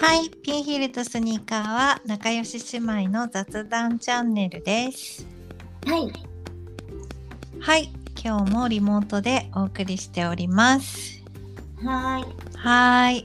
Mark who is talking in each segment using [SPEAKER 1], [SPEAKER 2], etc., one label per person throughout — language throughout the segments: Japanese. [SPEAKER 1] はい、ピンヒールとスニーカーは仲良し姉妹の雑談チャンネルです。
[SPEAKER 2] はい、
[SPEAKER 1] はい、今日もリモートでお送りしております。
[SPEAKER 2] はーい、
[SPEAKER 1] はーい。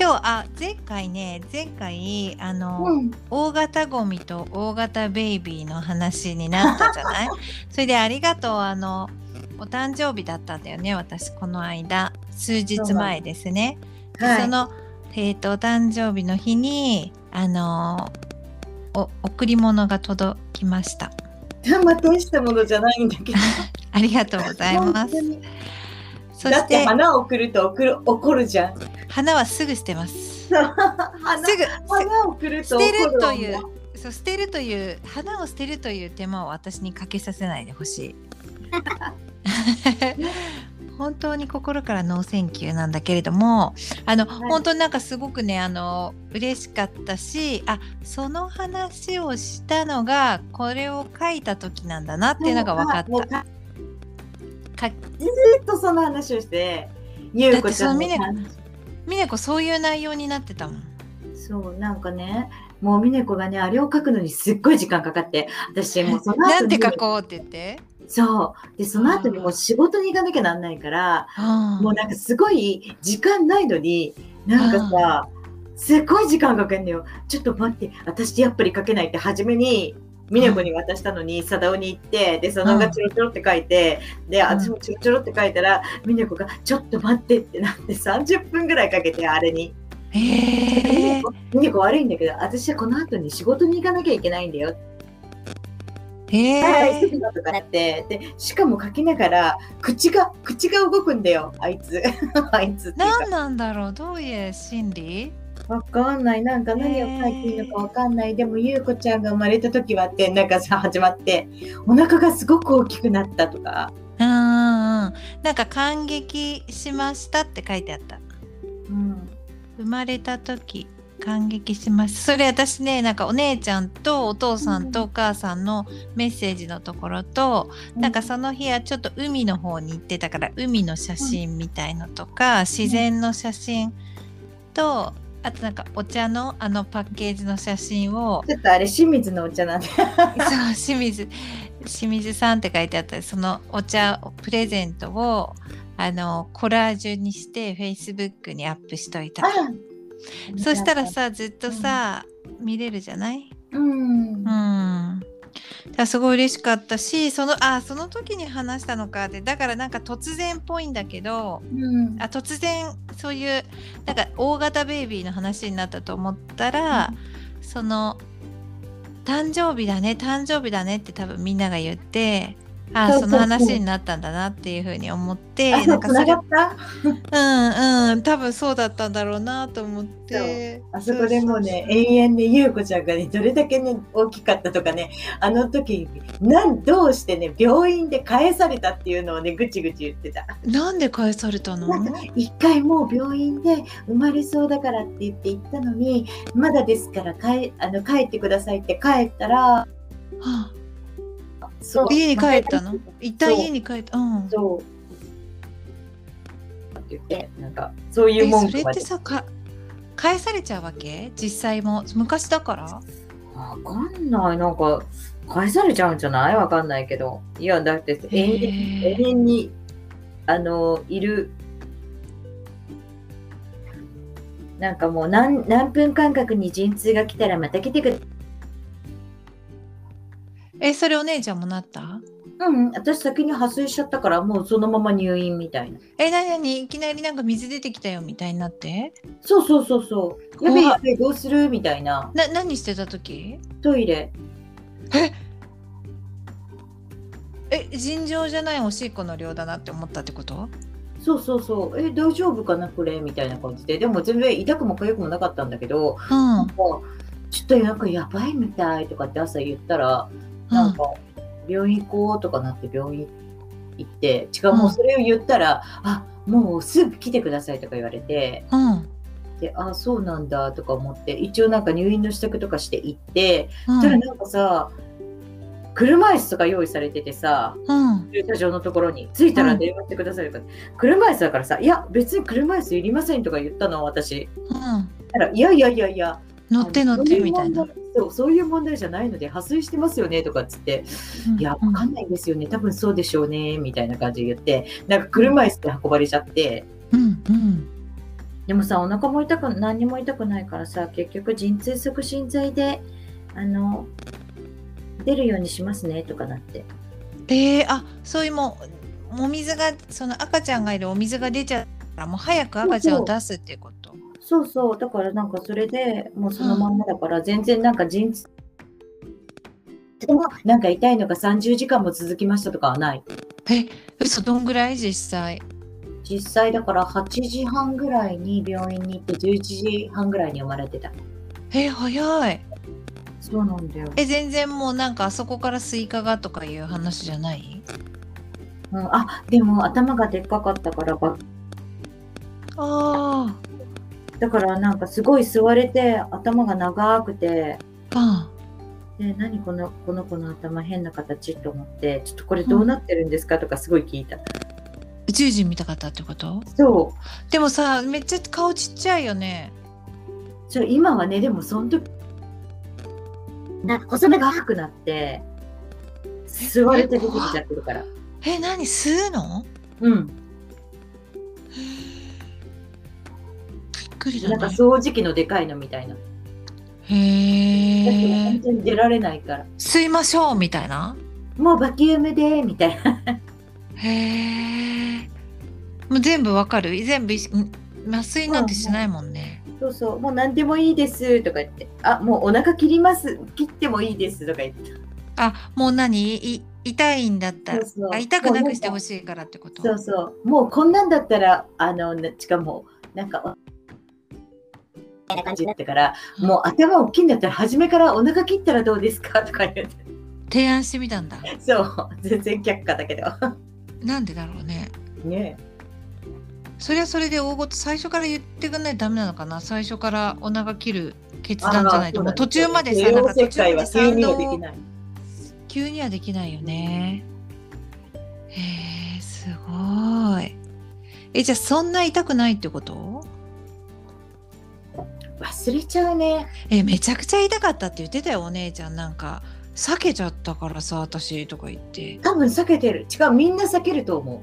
[SPEAKER 1] 今日あ前回ね前回あの、
[SPEAKER 2] うん、
[SPEAKER 1] 大型ゴミと大型ベイビーの話になったじゃ ないそれでありがとうあのお誕生日だったんだよね私この間数日前ですね。で
[SPEAKER 2] はい
[SPEAKER 1] その、えー、とお誕生日の日にあのお贈り物が届きました。
[SPEAKER 2] まあ大したものじゃないんだけど。
[SPEAKER 1] ありがとうございます。
[SPEAKER 2] 本当
[SPEAKER 1] そ
[SPEAKER 2] にだっ
[SPEAKER 1] してて
[SPEAKER 2] 花を送ると送る怒るじゃん。
[SPEAKER 1] 花はすぐ捨てます。す
[SPEAKER 2] 花
[SPEAKER 1] ぐ
[SPEAKER 2] 花を送る
[SPEAKER 1] 捨
[SPEAKER 2] と怒
[SPEAKER 1] て
[SPEAKER 2] る
[SPEAKER 1] ると
[SPEAKER 2] 女
[SPEAKER 1] いう。そう捨てるという花を捨てるという手間を私にかけさせないでほ しい本当に心からノーセンキューなんだけれどもあの、
[SPEAKER 2] はい
[SPEAKER 1] 本当になんかすごくねあの嬉しかったしあその話をしたのがこれを書いた時なんだなっていうのが分かっ
[SPEAKER 2] もう
[SPEAKER 1] た。か
[SPEAKER 2] ずーっとその話をして、ゆうこちゃんの
[SPEAKER 1] だ
[SPEAKER 2] 話。
[SPEAKER 1] みねこそういう内容になってたもん。
[SPEAKER 2] そう、なんかね、もう美奈子がね、あれを書くのにすっごい時間かかって、私もうその後に
[SPEAKER 1] なんて書こうって言って。
[SPEAKER 2] そう、でその後にもう仕事に行かなきゃなんないから。
[SPEAKER 1] うん
[SPEAKER 2] もうなんかすごい時間ないのになんかさ、すっごい時間かけんのよちょっと待って私やっぱり書けないって初めに美奈子に渡したのに貞夫に行ってで貞夫がちょろちょろって書いてで私もちょろちょろって書いたら美奈子が「ちょっと待って」ってなって30分ぐらいかけてあれに
[SPEAKER 1] え
[SPEAKER 2] 美
[SPEAKER 1] ー
[SPEAKER 2] 奈子悪いんだけど私はこの後に仕事に行かなきゃいけないんだよ
[SPEAKER 1] え
[SPEAKER 2] はい、
[SPEAKER 1] ー
[SPEAKER 2] すぐだとかなって、で、しかも書きながら、口が、口が動くんだよ、あいつ。 あいつっていうか
[SPEAKER 1] 何なんだろうどういう心理
[SPEAKER 2] わかんない、なんか何を書いていいのかわかんない、でも、ゆうこちゃんが生まれた時はって、なんかさ、始まって。お腹がすごく大きくなったとか。
[SPEAKER 1] うんうんうんなんか感激しましたって書いてあった
[SPEAKER 2] うん。
[SPEAKER 1] 生まれた時感激しますそれ私ねなんかお姉ちゃんとお父さんとお母さんのメッセージのところと、なんかその日はちょっと海の方に行ってたから海の写真みたいのとか、自然の写真とあとなんかお茶のあのパッケージの写真を
[SPEAKER 2] ちょっとあれ、清水のお茶なん で。
[SPEAKER 1] そう清水清水さんって書いてあったそのお茶をプレゼントをあのコラージュにしてフェイスブックにアップしといたそしたら。さずっとさ、見れるじゃない
[SPEAKER 2] うん
[SPEAKER 1] う。んだからすごい嬉しかったしそのあその時に話したのかってだからなんか突然っぽいんだけど
[SPEAKER 2] うん。
[SPEAKER 1] あ突然そういうなんか大型ベイビーの話になったと思ったら、その誕生日だね誕生日だねって多分みんなが言ってあ
[SPEAKER 2] そう
[SPEAKER 1] ー
[SPEAKER 2] そ
[SPEAKER 1] そう
[SPEAKER 2] そう
[SPEAKER 1] の話になったんだなっていうふうに思って
[SPEAKER 2] あ、
[SPEAKER 1] な
[SPEAKER 2] そ
[SPEAKER 1] ん
[SPEAKER 2] う、
[SPEAKER 1] か
[SPEAKER 2] つ
[SPEAKER 1] そ
[SPEAKER 2] な
[SPEAKER 1] れ
[SPEAKER 2] がった。
[SPEAKER 1] うんうん多分そうだったんだろうなと思って
[SPEAKER 2] あそこでもうね、永遠ね、ゆうこちゃんがね、どれだけね、大きかったとかね、あの時、なん、どうしてね、病院で返されたっていうのをね、ぐちぐち言ってた。
[SPEAKER 1] なんで返されたの
[SPEAKER 2] なんか一回もう病院で生まれそうだからって言って行ったのに、まだですから帰あの帰ってくださいって帰ったら、
[SPEAKER 1] は
[SPEAKER 2] そう
[SPEAKER 1] あ家に帰ったの一旦家に帰ったうん
[SPEAKER 2] そう。って言って、なんか、そういう
[SPEAKER 1] え
[SPEAKER 2] 文
[SPEAKER 1] そ
[SPEAKER 2] 句
[SPEAKER 1] れ
[SPEAKER 2] が
[SPEAKER 1] って
[SPEAKER 2] 出て
[SPEAKER 1] さか返されちゃうわけ実際も昔だから
[SPEAKER 2] わかんない、なんか、返されちゃうんじゃないわかんないけど。いや、だって永遠に、
[SPEAKER 1] へー
[SPEAKER 2] 永遠に、あの、いる。なんかもう何何分間隔に陣痛が来たらまた来てくれ
[SPEAKER 1] えそれお姉ちゃんもなった
[SPEAKER 2] うん、私先に破水しちゃったからもうそのまま入院みたいな。
[SPEAKER 1] えなになにいきなりなんか水出てきたよみたいになって
[SPEAKER 2] そうそうそうそう。やべえやべえどうするみたいな。
[SPEAKER 1] な何してた時
[SPEAKER 2] トイレ。
[SPEAKER 1] え尋常じゃないおしっこの量だなって思ったってこと
[SPEAKER 2] そうそうそう。え大丈夫かなこれみたいな感じで。でも全然痛くも痒くもなかったんだけど、
[SPEAKER 1] うん、う
[SPEAKER 2] なん
[SPEAKER 1] ん
[SPEAKER 2] かちょっとなんかやばいみたいとかって朝言ったら、なんか病院行こうとかなって病院行って、違うもうそれを言ったら、あもうすぐ来てくださいとか言われて、
[SPEAKER 1] うん
[SPEAKER 2] であそうなんだとか思って、一応なんか入院の支度とかして行って。
[SPEAKER 1] うん
[SPEAKER 2] そしたらなんかさ、車椅子とか用意されててさ、
[SPEAKER 1] うん
[SPEAKER 2] 駐車場のところに着いたら電話してくださるから、車椅子だからさ、いや、別に車椅子いりませんとか言ったの、私。
[SPEAKER 1] うん
[SPEAKER 2] たら、いやいやいやいや、
[SPEAKER 1] 乗って
[SPEAKER 2] あの
[SPEAKER 1] 乗ってみたいな。。
[SPEAKER 2] そうう問題そうそういう問題じゃないので、破水してますよねとかっつって、いや、わかんないんですよね、多分そうでしょうね、みたいな感じで言って、なんか車椅子で運ばれちゃって、
[SPEAKER 1] うんうん。
[SPEAKER 3] でもさお腹も痛く何にも痛くないからさ結局陣痛促進剤であの出るようにしますねとかだって
[SPEAKER 1] えー、あそういうもうお水がその赤ちゃんがいるお水が出ちゃったらもう早く赤ちゃんを出すっていうこと。
[SPEAKER 3] そうそうだからなんかそれでもうそのまんまだから全然なんか陣痛
[SPEAKER 2] でもなんか痛いのが30時間も続きましたとかはない。
[SPEAKER 1] え嘘どんぐらい実際。
[SPEAKER 2] 実際だから8時半ぐらいに病院に行って11時半ぐらいに生まれてた。
[SPEAKER 1] え早い。
[SPEAKER 3] そうなんだよ、
[SPEAKER 1] え全然もうなんかあそこからスイカがとかいう話じゃない
[SPEAKER 3] うん、あでも頭がでっかかったからば
[SPEAKER 1] あー
[SPEAKER 3] だからなんかすごい座れて頭が長くて
[SPEAKER 1] あ
[SPEAKER 3] で何このこの子の頭変な形と思ってちょっとこれどうなってるんですかとかすごい聞いた、
[SPEAKER 1] 宇宙人見たかったってこと
[SPEAKER 3] そう
[SPEAKER 1] でもさめっちゃ顔ちっちゃいよね。
[SPEAKER 2] ちょ今はね、でもその時
[SPEAKER 3] なんか細長くなって座れて出てきちゃってるから。
[SPEAKER 1] え何吸うの
[SPEAKER 2] うん、
[SPEAKER 1] びっくりだ
[SPEAKER 2] なんか
[SPEAKER 1] ね。
[SPEAKER 2] 掃除機のでかいのみたい
[SPEAKER 1] へ
[SPEAKER 2] な。だって
[SPEAKER 1] え
[SPEAKER 2] 本。当に出られないから。
[SPEAKER 1] 吸いましょうみたいな。
[SPEAKER 2] もうバキュームでみたいな。
[SPEAKER 1] へえ。もう全部わかる全部いしん麻酔なんてしないもんね。
[SPEAKER 2] そうそう、もう何でもいいですとか言って、あ、もうお腹切ります、切ってもいいですとか言って。
[SPEAKER 1] あもう何い痛いんだったら
[SPEAKER 2] そうそう
[SPEAKER 1] あ痛くなくしてほしいからってこと。
[SPEAKER 2] そうそう、もうこんなんだったら、あの、なしかも、なんか。みたいな感じだったから、もう頭大きいんだったら、初めからお腹切ったらどうですかとか言って。
[SPEAKER 1] 提案してみたんだ。
[SPEAKER 2] そう、全然却下だけど。
[SPEAKER 1] なんでだろうね。
[SPEAKER 2] ね
[SPEAKER 1] それはそれで大ごと最初から言ってくんないとダメなのかな最初からお腹切る決断じゃないともう途中までさなんか途
[SPEAKER 2] 世
[SPEAKER 1] 中
[SPEAKER 2] 界
[SPEAKER 1] ま
[SPEAKER 2] は
[SPEAKER 1] で賛
[SPEAKER 2] 急には
[SPEAKER 1] 同
[SPEAKER 2] でき
[SPEAKER 1] を
[SPEAKER 2] ない。
[SPEAKER 1] 急にはできないよね。へえすごい。えじゃあそんな痛くないってこと
[SPEAKER 2] 忘れちゃうね。
[SPEAKER 1] えめちゃくちゃ痛かったって言ってたよお姉ちゃんなんか避けちゃったからさ私とか言って
[SPEAKER 2] 多分避けてる。違う、みんな避けると思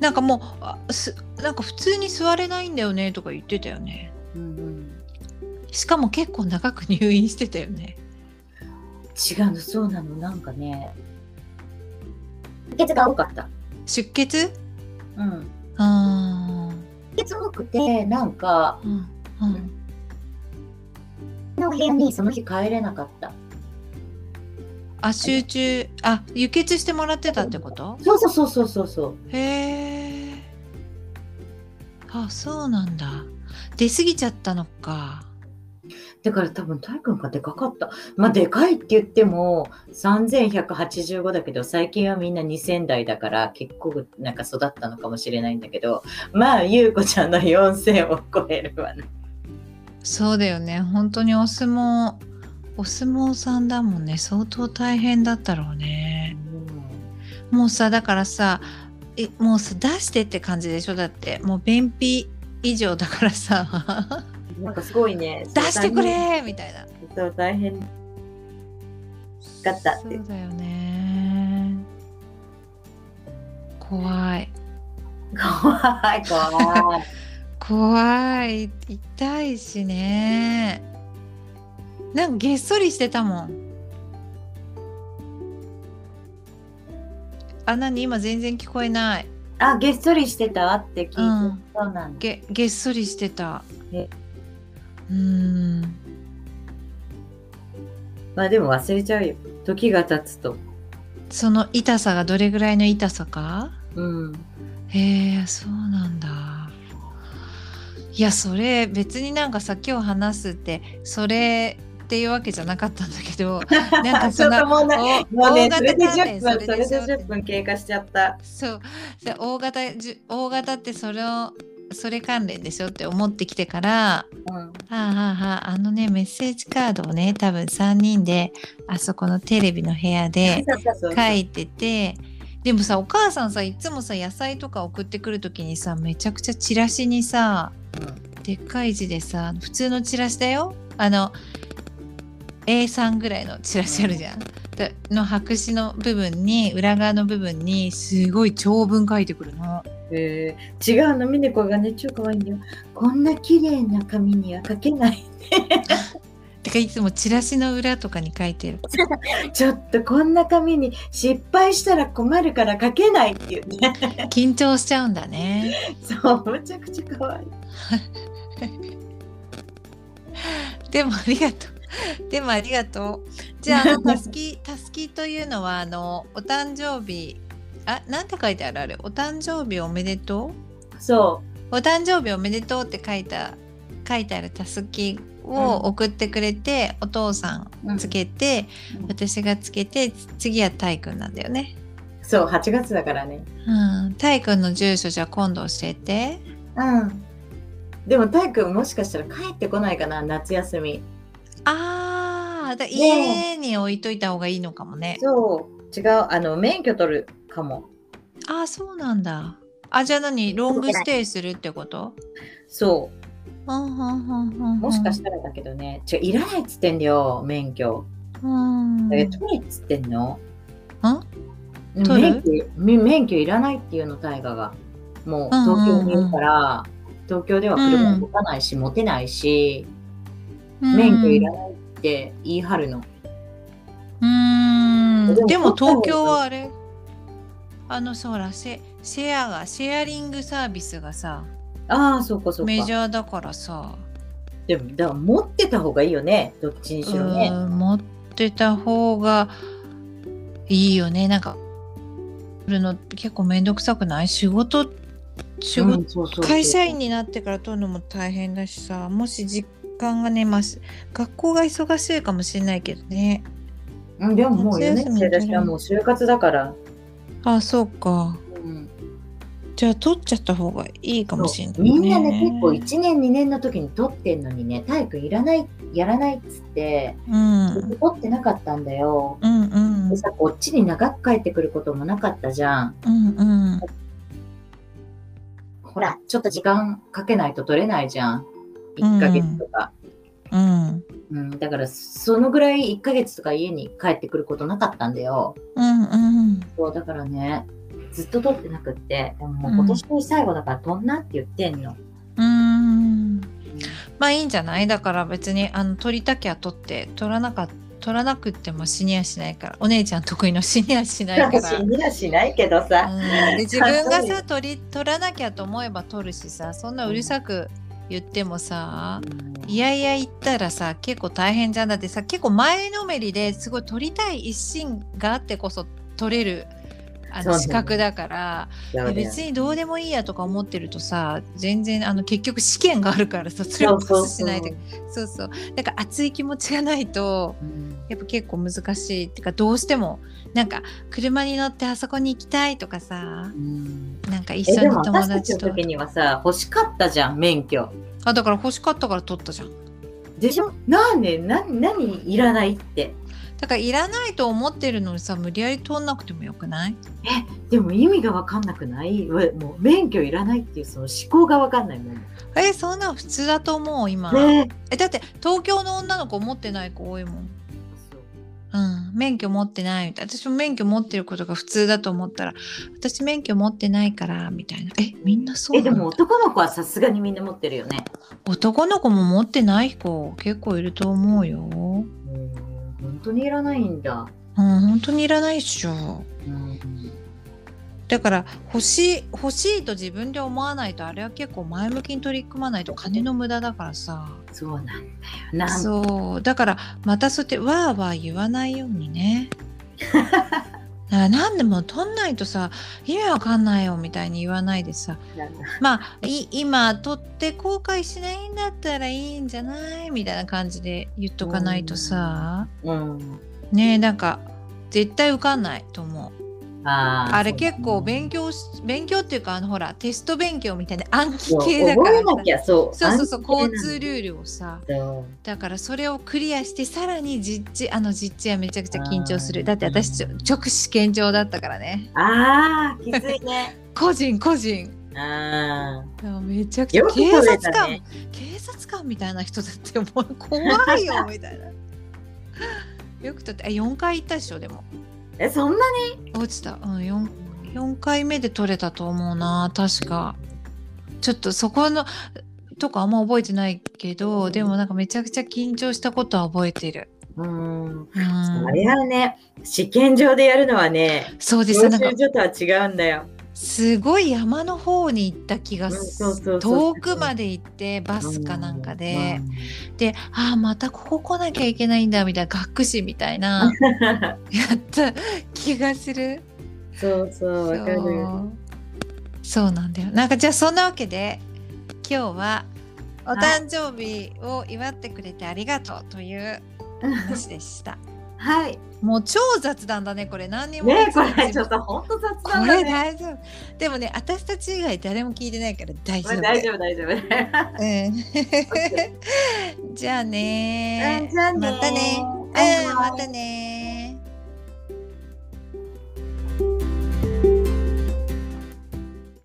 [SPEAKER 1] なんかもうあすなんか普通に座れないんだよねとか言ってたよね
[SPEAKER 2] う。うんうん、
[SPEAKER 1] しかも結構長く入院してたよね
[SPEAKER 2] 違うの、そうなの、なんかね。血が多かった。
[SPEAKER 1] 出血
[SPEAKER 2] うん。
[SPEAKER 1] あー
[SPEAKER 2] 血多くて、なんか、
[SPEAKER 1] うんうん
[SPEAKER 2] の部屋にその日帰れなかった。
[SPEAKER 1] あ集中あ輸血してもらってたってこと
[SPEAKER 2] そうそうそうそうそうそう。
[SPEAKER 1] へえあそうなんだ出過ぎちゃったのか
[SPEAKER 2] だから多分、大君がでかかった。まあ、でかいって言っても、3185だけど、最近はみんな2000台だから、結構なんか育ったのかもしれないんだけど、まあ、ゆうこちゃんの4000を超えるわね。
[SPEAKER 1] そうだよね本当にお相撲お相撲さんだもんね相当大変だったろうねもうさだからさえもうさ出してって感じでしょだってもう便秘以上だからさ
[SPEAKER 2] なんかすごいね。
[SPEAKER 1] 出してくれみたいな
[SPEAKER 2] そう大変かったって
[SPEAKER 1] そうだよね怖い
[SPEAKER 2] 怖い怖い。
[SPEAKER 1] 怖い痛いしねなんかげっそりしてたもんあ何今全然聞こえない
[SPEAKER 2] あげっそりしてたって聞いて、
[SPEAKER 1] うん
[SPEAKER 2] そうなんだ。
[SPEAKER 1] げげっそりしてた
[SPEAKER 2] え
[SPEAKER 1] うーん
[SPEAKER 2] まあでも忘れちゃうよ。時が経つと。
[SPEAKER 1] その痛さがどれぐらいの痛さか
[SPEAKER 2] うん。
[SPEAKER 1] へえそうなんだいやそれ別になんかさ今日話すってそれっていうわけじゃなかったんだけ どなんか
[SPEAKER 2] ち
[SPEAKER 1] そん
[SPEAKER 2] ょっと
[SPEAKER 1] な
[SPEAKER 2] もうな
[SPEAKER 1] お
[SPEAKER 2] もうね、
[SPEAKER 1] 大
[SPEAKER 2] それで
[SPEAKER 1] 型関
[SPEAKER 2] 10
[SPEAKER 1] 連そ
[SPEAKER 2] 分、そ
[SPEAKER 1] れで
[SPEAKER 2] れ
[SPEAKER 1] し
[SPEAKER 2] で
[SPEAKER 1] ょ
[SPEAKER 2] 10分経過しちゃった。
[SPEAKER 1] そうで大型じゅ大型ってそれをそれ関連でしょって思ってきてから
[SPEAKER 2] うん。
[SPEAKER 1] はあはあはああのねメッセージカードをね多分3人であそこのテレビの部屋で
[SPEAKER 2] そうそうそう
[SPEAKER 1] 書いててでもさお母さんさいつもさ野菜とか送ってくる時にさめちゃくちゃチラシにさ、
[SPEAKER 2] う
[SPEAKER 1] でっかい字でさ普通のチラシだよあの A3 ぐらいのチラシあるじゃん。での白紙の部分に裏側の部分にすごい長文書いてくるの。
[SPEAKER 3] えー、違うのミネコがね超可愛いんだよこんな綺麗な紙には書けない
[SPEAKER 1] てかいつもチラシの裏とかに書いてる。
[SPEAKER 2] ちょっとこんな紙に失敗したら困るから書けないっていうね。
[SPEAKER 1] 緊張しちゃうんだね。
[SPEAKER 2] そう、むちゃくちゃ可愛い。
[SPEAKER 1] でもありがと う。でもありがとう。じゃああのたすきたすきというのはあのお誕生日あなんて書いてあるあれお誕生日おめでと
[SPEAKER 2] そう
[SPEAKER 1] お誕生日おめでとうって書いた書いてあるたすきを送ってくれて、お父さん
[SPEAKER 2] う、うん
[SPEAKER 1] つけて、
[SPEAKER 2] うん
[SPEAKER 1] 私がつけてつ次はたいくんなんだよね。
[SPEAKER 2] そう、8月だからね。
[SPEAKER 1] うん、たいくんの住所じゃあ今度教えて。
[SPEAKER 2] うん。でも、たいくんもしかしたら帰ってこないかな、夏休み。
[SPEAKER 1] ああ、だ家に置いといた方がいいのかもね。
[SPEAKER 2] そう、違う、あの、免許取るかも。
[SPEAKER 1] ああ、そうなんだ。あ、じゃあ何ロングステイするってこと
[SPEAKER 2] そ
[SPEAKER 1] うん
[SPEAKER 2] う、も
[SPEAKER 1] も
[SPEAKER 2] しかしたらだけどね、違う、いらないっつってんだよ、免許。
[SPEAKER 1] ら。うん。
[SPEAKER 2] だけど取れっつってんの。
[SPEAKER 1] ん取る
[SPEAKER 2] 免許み免許いらないっていうの、大河が。もう、東京にいるから、東京では車動かないし、持てないし、免許いらないって言い張るの。
[SPEAKER 1] うん。うーん。で
[SPEAKER 2] で
[SPEAKER 1] も
[SPEAKER 2] も
[SPEAKER 1] 東京はあれあの、そうら、シェシェアが、シェアリングサービスがさ、
[SPEAKER 2] ああ、そうか、そうか。
[SPEAKER 1] メジャーだからさ、
[SPEAKER 2] でも、だから持ってた方がいいよね、どっちにしろね。
[SPEAKER 1] うん持ってた方がいいよねなんかするの結構面倒くさくない仕事仕事、
[SPEAKER 2] うんそうそうそう
[SPEAKER 1] 会社員になってから取るのも大変だしさもし時間がねまし学校が忙しいかもしれないけどね
[SPEAKER 2] うんでももう4年生だし
[SPEAKER 1] 夏休み
[SPEAKER 2] はもう就活だから、
[SPEAKER 1] あそうか
[SPEAKER 2] うん
[SPEAKER 1] じゃあ取っちゃった方がいいかもしれない、
[SPEAKER 2] みんなね結構1年2年の時に取ってんのにね体育いらないやらないっつって
[SPEAKER 1] うん
[SPEAKER 2] 僕取ってなかったんだよ。
[SPEAKER 1] うんうん
[SPEAKER 2] でさこっちに長く帰ってくることもなかったじゃん。
[SPEAKER 1] うんうん
[SPEAKER 2] ほらちょっと時間かけないと取れないじゃん1ヶ月とか。
[SPEAKER 1] うん
[SPEAKER 2] うんだからそのぐらい1ヶ月とか家に帰ってくることなかったんだよ。
[SPEAKER 1] うんうん
[SPEAKER 2] そうだからねずっと取ってなくってでももう今年最後だから取んなって言ってんの。
[SPEAKER 1] うーんまあいいんじゃないだから別にあの取りたきゃ取って取らなか取らなくっても死にやしないからお姉ちゃん得意の死にやしないか
[SPEAKER 2] 私
[SPEAKER 1] ら。う
[SPEAKER 2] にはしないけどさ。
[SPEAKER 1] ん、で自分が
[SPEAKER 2] そう
[SPEAKER 1] さ取り取らなきゃと思えば取るしさそんなうるさく言ってもさいやいや言ったらさ結構大変じゃんだってさ結構前のめりですごい取りたい一心があってこそ取れるあの
[SPEAKER 2] そう
[SPEAKER 1] 資
[SPEAKER 2] だよね
[SPEAKER 1] 格だから。
[SPEAKER 2] そうね
[SPEAKER 1] 別にどうでもいいやとか思ってるとさ全然あの結局試験があるからさそれをパスしないでそうそうなんか熱い気持ちがないと
[SPEAKER 2] うん
[SPEAKER 1] やっぱ結構難しいってかどうしてもなんか車に乗ってあそこに行きたいとかさ
[SPEAKER 2] うん
[SPEAKER 1] なんか
[SPEAKER 2] え
[SPEAKER 1] 一緒
[SPEAKER 2] で
[SPEAKER 1] に
[SPEAKER 2] も
[SPEAKER 1] 友
[SPEAKER 2] 私た
[SPEAKER 1] 達
[SPEAKER 2] ちの
[SPEAKER 1] と
[SPEAKER 2] 時にはさ欲しかったじゃん免許
[SPEAKER 1] あだから欲しかったから取ったじゃん
[SPEAKER 2] でしょなんで何何いらないって
[SPEAKER 1] だからいらないと思ってるのにさ無理やり取んなくてもよくない
[SPEAKER 2] でも意味が分かんなくないうわもう免許いらないっていうその思考が分かんないもん
[SPEAKER 1] えそんなの普通だと思う今、
[SPEAKER 2] ね
[SPEAKER 1] えだって東京の女の子持ってない子多いもんうん、免許持ってないみたいな私も免許持ってることが普通だと思ったら私免許持ってないからみたいなえみんなそう
[SPEAKER 2] え
[SPEAKER 1] な
[SPEAKER 2] で
[SPEAKER 1] んだ
[SPEAKER 2] も男の子はさすがにみんな持ってるよね
[SPEAKER 1] 男の子も持ってない子結構いると思うようん
[SPEAKER 2] うん本当にいらないんだ
[SPEAKER 1] 本当にいらないっしょ
[SPEAKER 2] うん
[SPEAKER 1] だから欲しい欲しいと自分で思わないとあれは結構前向きに取り組まないと金の無駄だからさ
[SPEAKER 2] そうなんだよなん
[SPEAKER 1] そうだからまたそうやってわーわー言わないように ねあなんでも取んないとさ意味わかんないよみたいに言わないでさまあい今取って後悔しないんだったらいいんじゃないみたいな感じで言っとかないとさ
[SPEAKER 2] うん
[SPEAKER 1] ねえなんか絶対受かんないと思う
[SPEAKER 2] あー
[SPEAKER 1] あれ
[SPEAKER 2] そう
[SPEAKER 1] 結構勉強し勉強っていうかあのほらテスト勉強みたいな暗記
[SPEAKER 2] そう
[SPEAKER 1] 系だか
[SPEAKER 2] 覚
[SPEAKER 1] ら
[SPEAKER 2] えなきゃそう
[SPEAKER 1] さそうそうそう
[SPEAKER 2] 安
[SPEAKER 1] 交
[SPEAKER 2] 定
[SPEAKER 1] 通ルールをさ
[SPEAKER 2] なんだよ
[SPEAKER 1] だからそれをクリアしてさらに実地あの実地はめちゃくちゃ緊張するだって私ちょ直試験場だったからね
[SPEAKER 2] あーきついね
[SPEAKER 1] 個人個人
[SPEAKER 2] あ
[SPEAKER 1] でもめちゃく
[SPEAKER 2] ー
[SPEAKER 1] ちゃ
[SPEAKER 2] よく
[SPEAKER 1] 警
[SPEAKER 2] 取
[SPEAKER 1] 察
[SPEAKER 2] れた
[SPEAKER 1] 官、
[SPEAKER 2] ね。
[SPEAKER 1] 警察官みたいな人だってもう怖いよみたいな。よくとってあ4回行ったでしょでも
[SPEAKER 2] え、そんなに
[SPEAKER 1] 落ちた、うん、4, 4回目で取れたと思うな確かちょっとそこのとかあんま覚えてないけどでもなんかめちゃくちゃ緊張したことは覚えてる、
[SPEAKER 2] うん。
[SPEAKER 1] うん
[SPEAKER 2] あれはね、試験場でやるのはね、
[SPEAKER 1] そうです
[SPEAKER 2] 教
[SPEAKER 1] なんか
[SPEAKER 2] 習所とは違うんだよ。
[SPEAKER 1] すごい山の方に行った気が
[SPEAKER 2] うんそう
[SPEAKER 1] す
[SPEAKER 2] そうそう
[SPEAKER 1] る遠くまで行ってバスかなんかで、でああまたここ来なきゃいけないんだみたいな学士みたい なやった気がする。
[SPEAKER 2] うんそうそう、わかる。
[SPEAKER 1] そうそうなんだよなんかじゃあそんなわけで今日はお誕生日を祝ってくれてありがとうと いう話でした。
[SPEAKER 2] はい。
[SPEAKER 1] もう超雑談だねこれ何にも
[SPEAKER 2] ねえ、こ
[SPEAKER 1] 別
[SPEAKER 2] れ
[SPEAKER 1] に
[SPEAKER 2] ちょっと本当雑
[SPEAKER 1] こ
[SPEAKER 2] 談
[SPEAKER 1] れ
[SPEAKER 2] だね。
[SPEAKER 1] 大丈夫。でもね、私たち以外誰も聞いてないから大
[SPEAKER 2] こ
[SPEAKER 1] 丈
[SPEAKER 2] れ
[SPEAKER 1] 夫。
[SPEAKER 2] 大丈夫、大丈夫。
[SPEAKER 1] うん じゃあね
[SPEAKER 2] うんじゃあね
[SPEAKER 1] またね。うん、またね